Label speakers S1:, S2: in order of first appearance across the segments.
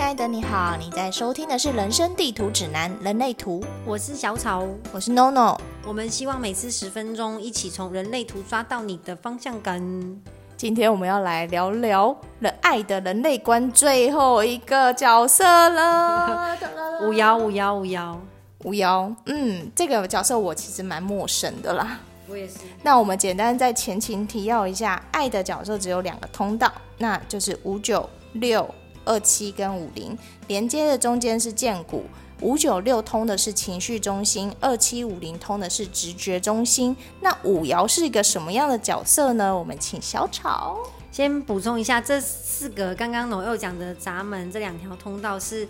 S1: 爱的你好，你在收听的是《人生地图指南：人类图》，
S2: 我是小草，
S1: 我是 NONO。
S2: 我们希望每次十分钟，一起从人类图抓到你的方向感。
S1: 今天我们要来聊聊人爱的人类观最后一个角色了，
S2: 五幺五幺五幺，
S1: 五幺。嗯，这个角色我其实蛮陌生的啦。
S2: 我也是。
S1: 那我们简单在前情提要一下，爱的角色只有两个通道，那就是五九六二七跟五零，连接的中间是剑骨。五九六通的是情绪中心，二七五零通的是直觉中心。那五爻是一个什么样的角色呢？我们请小草。
S2: 先补充一下，这四个刚刚农佑讲的闸门这两条通道是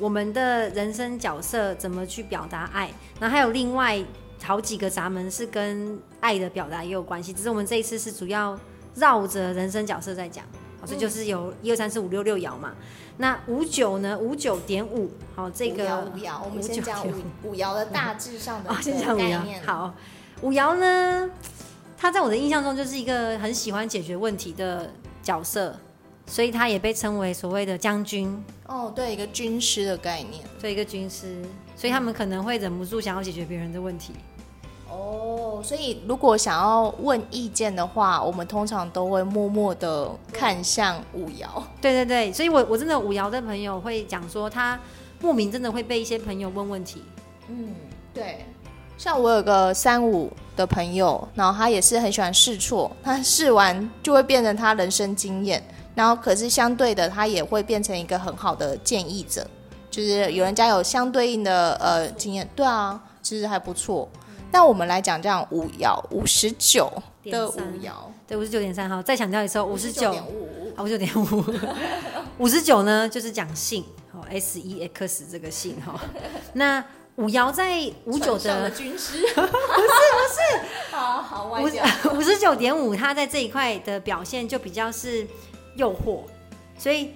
S2: 我们的人生角色怎么去表达爱，然后还有另外好几个闸门是跟爱的表达也有关系，只是我们这一次是主要绕着人生角色在讲，好所以就是有一二三四五六六爻嘛。那五九呢？五九点五，好，这个
S1: 五爻五爻，我们先讲
S2: 59.5
S1: 五五爻的大致上 的
S2: 哦，
S1: 一
S2: 先
S1: 个
S2: 讲五
S1: 概
S2: 爻
S1: 念。，
S2: 好，五爻呢，他在我的印象中就是一个很喜欢解决问题的角色，所以他也被称为所谓的将军，
S1: 哦，对，一个军师的概念。
S2: 做一个军师，所以他们可能会忍不住想要解决别人的问题。
S1: 哦，所以如果想要问意见的话，我们通常都会默默的看向五爻。
S2: 对对对，所以我我真的五爻的朋友会讲说，他莫名真的会被一些朋友问问题，
S1: 嗯，对。像我有个三五的朋友，然后他也是很喜欢试错，他试完就会变成他人生经验，然后可是相对的，他也会变成一个很好的建议者，就是有人家有相对应的呃经验，对啊，其实还不错。
S2: 嗯
S1: 那我们来讲这样五爻五十九的
S2: 点
S1: 五
S2: 三
S1: 爻，
S2: 对，五十九点三好，再强调一次哦，五十九
S1: 点五，
S2: 啊，五九点五，五十九呢就是讲性，哦，S E X 这个性哈、哦。那五爻在五九
S1: 船上
S2: 的
S1: 军师， 不是不是， 好好歪
S2: 五
S1: 掉。
S2: 五十九点五，它在这一块的表现就比较是诱惑，所以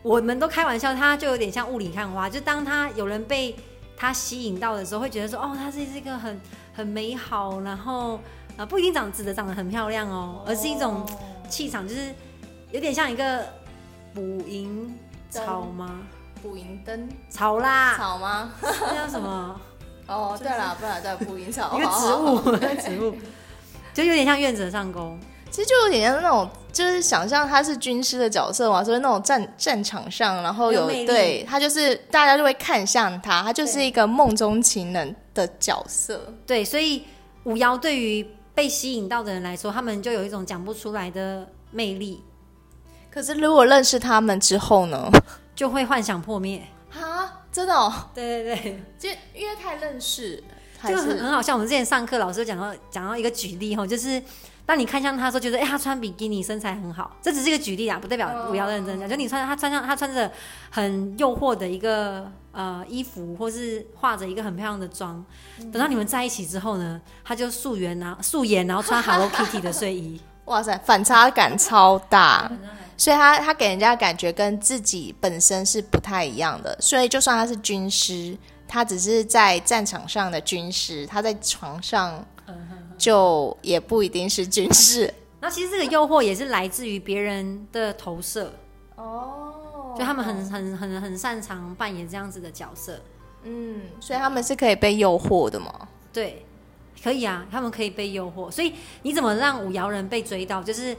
S2: 我们都开玩笑，它就有点像雾里看花，就当它有人被它吸引到的时候，会觉得说，哦，它是一个很很美好，然后呃不一定长指的长得很漂亮哦，而是一种气场，就是有点像一个捕蝇草吗？
S1: 捕蝇灯
S2: 草啦，
S1: 草吗？
S2: 那叫什么？
S1: 哦，对了，不然对捕蝇草，
S2: 一个植 物，一个植物，就有点像愿者上钩。
S1: 其实就有点像那种，就是想象他是军师的角色嘛，所以那种战战场上，然后
S2: 有
S1: 有
S2: 魅力
S1: 对他就是大家就会看向他，他就是
S2: 对
S1: 一个梦中情人的角色。
S2: 对，所以五爻对于被吸引到的人来说，他们就有一种讲不出来的魅力，
S1: 可是如果认识他们之后呢？
S2: 就会幻想破灭。
S1: 啊，真的哦，
S2: 对对对，
S1: 就因为太认识，还
S2: 就很
S1: 是
S2: 很好笑。我们之前上课老师有讲到讲到一个举例哈，就是当你看向他的时候，觉得哎、诶他穿比基尼身材很好，这只是一个举例啊，不代表不要认真讲。就你穿他穿上他穿着很诱惑的一个呃衣服，或是化着一个很漂亮的妆，等到你们在一起之后呢，他就素颜啊素颜，然后穿 Hello Kitty 的睡衣。
S1: 哇塞，反差感超大。所以他他给人家的感觉跟自己本身是不太一样的，所以就算他是军师，他只是在战场上的军师，他在床上就也不一定是军师。
S2: 那其实这个诱惑也是来自于别人的投射，
S1: 哦
S2: 就他们很很很很擅长扮演这样子的角色，
S1: 嗯，所以他们是可以被诱惑的嘛？
S2: 对，可以啊，他们可以被诱惑，所以你怎么让五爻人被追到？就是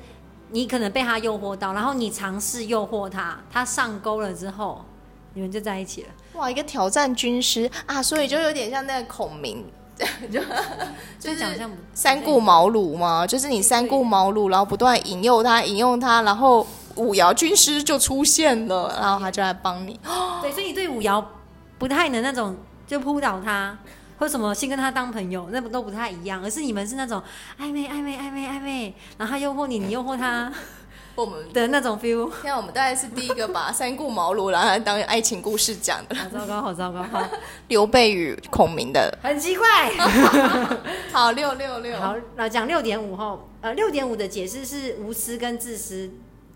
S2: 你可能被他诱惑到，然后你尝试诱惑他，他上钩了之后，你们就在一起了。
S1: 哇，一个挑战军师啊，所以就有点像那个孔明
S2: 这讲像不
S1: 三顾茅庐嘛，就是你三顾茅庐，然后不断引诱他，引诱他，然后五爻军师就出现了，然后他就来帮你。
S2: 对，所以你对五爻不太能那种就扑倒他，或什么先跟他当朋友，那不都不太一样，而是你们是那种暧昧暧昧暧昧暧昧，然后他诱惑你，你诱惑他。
S1: 我们
S2: 的那种 feel。
S1: 天啊，我们大概是第一个把三顾茅庐拿来当爱情故事讲的，
S2: 好糟糕，好糟糕，好，
S1: 刘备与孔明的。
S2: 很奇怪。
S1: 好，六六六，
S2: 好，那讲六点五后，呃，六点五的解释是无私跟自私，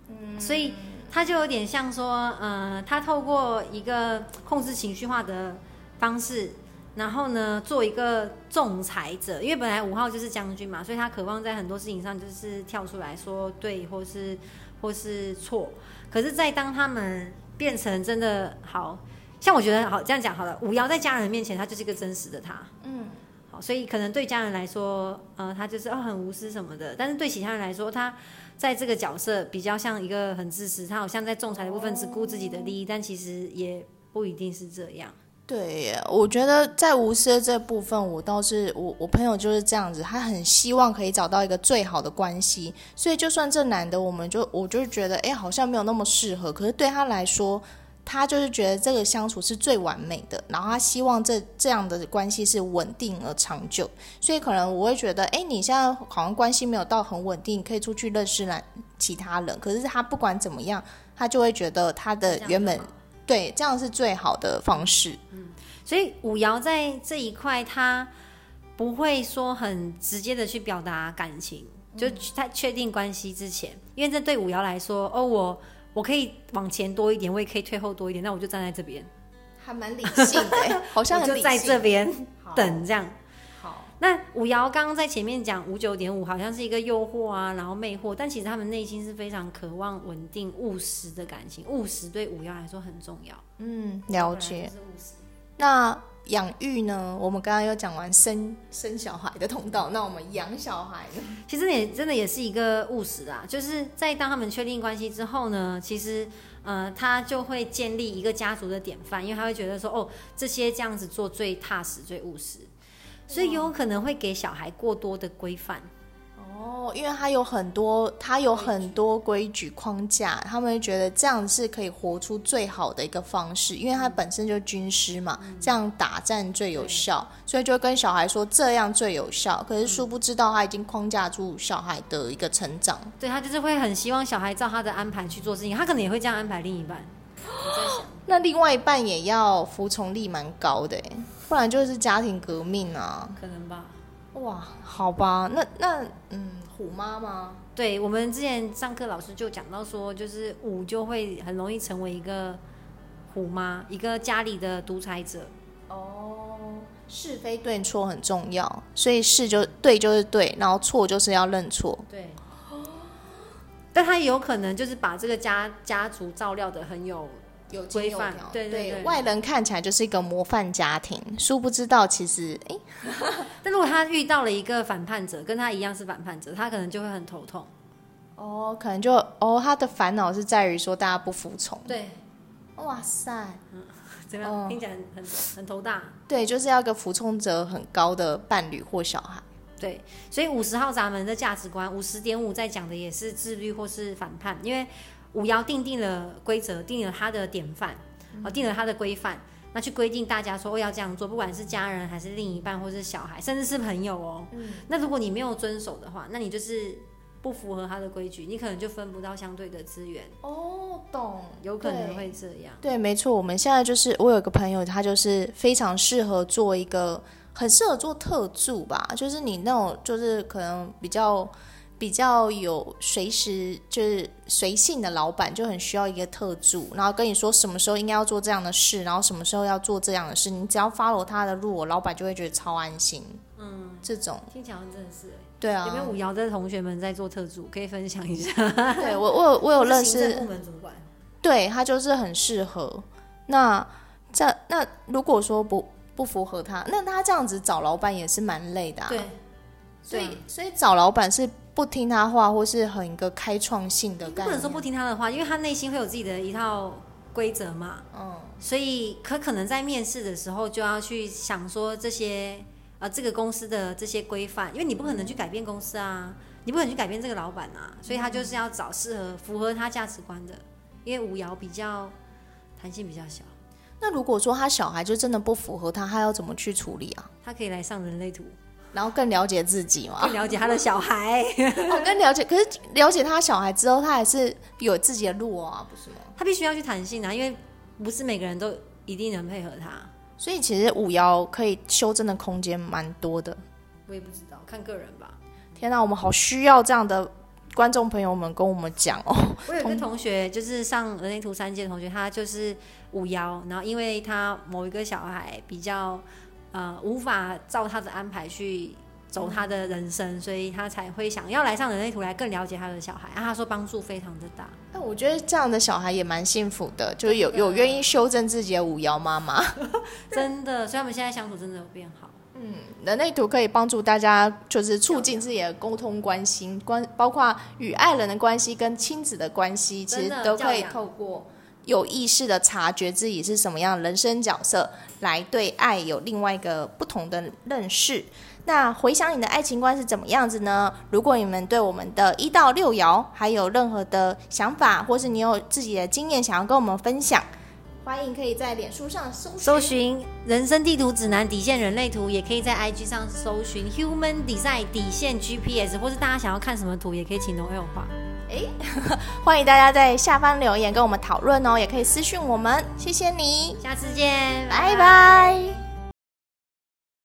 S2: 嗯，所以他就有点像说，呃，他透过一个控制情绪化的方式。然后呢，做一个仲裁者，因为本来五号就是将军嘛，所以他渴望在很多事情上就是跳出来说对，或是或是错。可是，在当他们变成真的好像我觉得好这样讲好了，五爻在家人面前他就是一个真实的他，
S1: 嗯，
S2: 好，所以可能对家人来说，呃，他就是哦很无私什么的，但是对其他人来说，他在这个角色比较像一个很自私，他好像在仲裁的部分只顾自己的利益，但其实也不一定是这样。
S1: 对耶，我觉得在无私的这部分，我倒是我我朋友就是这样子，他很希望可以找到一个最好的关系，所以就算这男的，我们就我就觉得，哎，好像没有那么适合，可是对他来说，他就是觉得这个相处是最完美的，然后他希望这这样的关系是稳定而长久，所以可能我会觉得，哎，你现在好像关系没有到很稳定，可以出去认识男其他人，可是他不管怎么样，他就会觉得他的
S2: 这样
S1: 呃原本
S2: 就好
S1: 对这样是最好的方式。
S2: 所以五爻在这一块，他不会说很直接的去表达感情，就
S1: 嗯
S2: 在确定关系之前，因为这对五爻来说，哦，我我可以往前多一点，我也可以退后多一点，那我就站在这边，
S1: 还蛮理性的欸、 好像
S2: 我
S1: 很理
S2: 就
S1: 性。哦
S2: 在这边
S1: 好
S2: 等这样。
S1: 好，
S2: 那五爻刚刚在前面讲五九点五好像是一个诱惑啊，然后魅惑，但其实他们内心是非常渴望稳定务实的感情，务实对五爻来说很重要。
S1: 嗯，了解。
S2: 本来就是务实。
S1: 那养育呢？我们刚刚又讲完生生小孩的通道，那我们养小孩呢？
S2: 其实也真的也是一个务实啊，就是在当他们确定关系之后呢，其实呃他就会建立一个家族的典范，因为他会觉得说哦这些这样子做最踏实、最务实，
S1: 哦
S2: 所以有可能会给小孩过多的规范。
S1: 哦，因为他有很多，他有很多规矩框架，他们会觉得这样是可以活出最好的一个方式，因为他本身就军师嘛，这样打战最有效，所以就会跟小孩说这样最有效。可是殊不知道他已经框架住小孩的一个成长。
S2: 对他就是会很希望小孩照他的安排去做事情，他可能也会这样安排另一半。
S1: 那另外一半也要服从力蛮高的欸，不然就是家庭革命啊！
S2: 可能吧。
S1: 哇，好吧，那那嗯，虎妈吗？
S2: 对我们之前上课老师就讲到说，就是五就会很容易成为一个虎妈，一个家里的独裁者。
S1: 哦，是非对错很重要，所以是就对就是对，然后错就是要认错。
S2: 对，但他也有可能就是把这个家家族照料的很有，
S1: 有
S2: 经有条规范对对对
S1: 外人看起来就是一个模范家庭，殊不知道其实哎、
S2: 但如果他遇到了一个反叛者，跟他一样是反叛者，他可能就会很头痛。
S1: 哦，可能就哦，他的烦恼是在于说大家不服从。
S2: 对，
S1: 哇塞，
S2: 怎么样？
S1: 哦
S2: 听起来很很很头大。
S1: 对，就是要一个服从者很高的伴侣或小孩。
S2: 对，所以五十号闸门的价值观，五十点五在讲的也是自律或是反叛，因为五爻定定了规则，定了他的典范，哦，定了他的规范，那去规定大家说、哦、要这样做，不管是家人还是另一半，或是小孩，甚至是朋友哦。
S1: 嗯
S2: 那如果你没有遵守的话，那你就是不符合他的规矩，你可能就分不到相对的资源，
S1: 哦，懂，
S2: 有可
S1: 对。
S2: 能会这样。
S1: 对，没错，我们现在就是我有一个朋友，他就是非常适合做一个，很适合做特助吧，就是你那种就是可能比较比较有随时就是随性的老板就很需要一个特助，然后跟你说什么时候应该要做这样的事，然后什么时候要做这样的事，你只要 follow 他的路，老板就会觉得超安心。嗯，这种
S2: 听起来好像真的是欸、
S1: 对啊
S2: 有，没有五爻的同学们在做特助，可以分享一下？
S1: 对我我有我有认
S2: 或是
S1: 识
S2: 行政部门主管。
S1: 对他就是很适合。那这那如果说不不符合他，那他这样子找老板也是蛮累的、啊。
S2: 对，，啊
S1: 所以所以找老板是不听他话，或是很一个开创性的概
S2: 不能
S1: 念。
S2: 说不听他的话，因为他内心会有自己的一套规则嘛，
S1: 嗯，
S2: 所以可可能在面试的时候就要去想说这些呃这个公司的这些规范，因为你不可能去改变公司啊，你不可能去改变这个老板啊，所以他就是要找适合符合他价值观的，因为五爻比较弹性比较小，
S1: 那如果说他小孩就真的不符合他，他要怎么去处理啊？
S2: 他可以来上人 类图，
S1: 然后更了解自己嘛
S2: 更，了解他的小孩。
S1: 哦，更了解。可是了解他小孩之后，他还是有自己的路啊，不是吗？
S2: 他必须要去弹性啊，因为不是每个人都一定能配合他。
S1: 所以其实五爻可以修正的空间蛮多的。
S2: 我也不知道，看个人吧。
S1: 天哪、我们好需要这样的观众朋友们跟我们讲哦。
S2: 我有一个同学，就是上人类图三阶的同学，他就是五幺，然后因为他某一个小孩比较呃无法照他的安排去走他的人生，所以他才会想要来上人类图来更了解他的小孩啊。他说帮助非常的大，
S1: 那我觉得这样的小孩也蛮幸福的，就是有
S2: 真的
S1: 有愿意修正自己的五爻妈妈。
S2: 真的，所以他们现在相处真的有变好。
S1: 人类图可以帮助大家，就是促进自己的沟通关系，关包括与爱人的关系跟亲子的关系，其
S2: 真
S1: 实
S2: 的
S1: 都可以
S2: 教养
S1: 透过有意识的察觉自己是什么样的人生角色，来对爱有另外一个不同的认识。那回想你的爱情观是怎么样子呢？如果你们对我们的一到六爻还有任何的想法，或是你有自己的经验想要跟我们分享，欢迎可以在脸书上搜
S2: 搜寻人生地图指南底线人类图，也可以在 IG 上搜寻 Human Design 底线 GPS，或是大家想要看什么图，也可以请农友画。
S1: 欢迎大家在下方留言跟我们讨论哦，也可以私讯我们，谢谢你，
S2: 下次见，
S1: 拜拜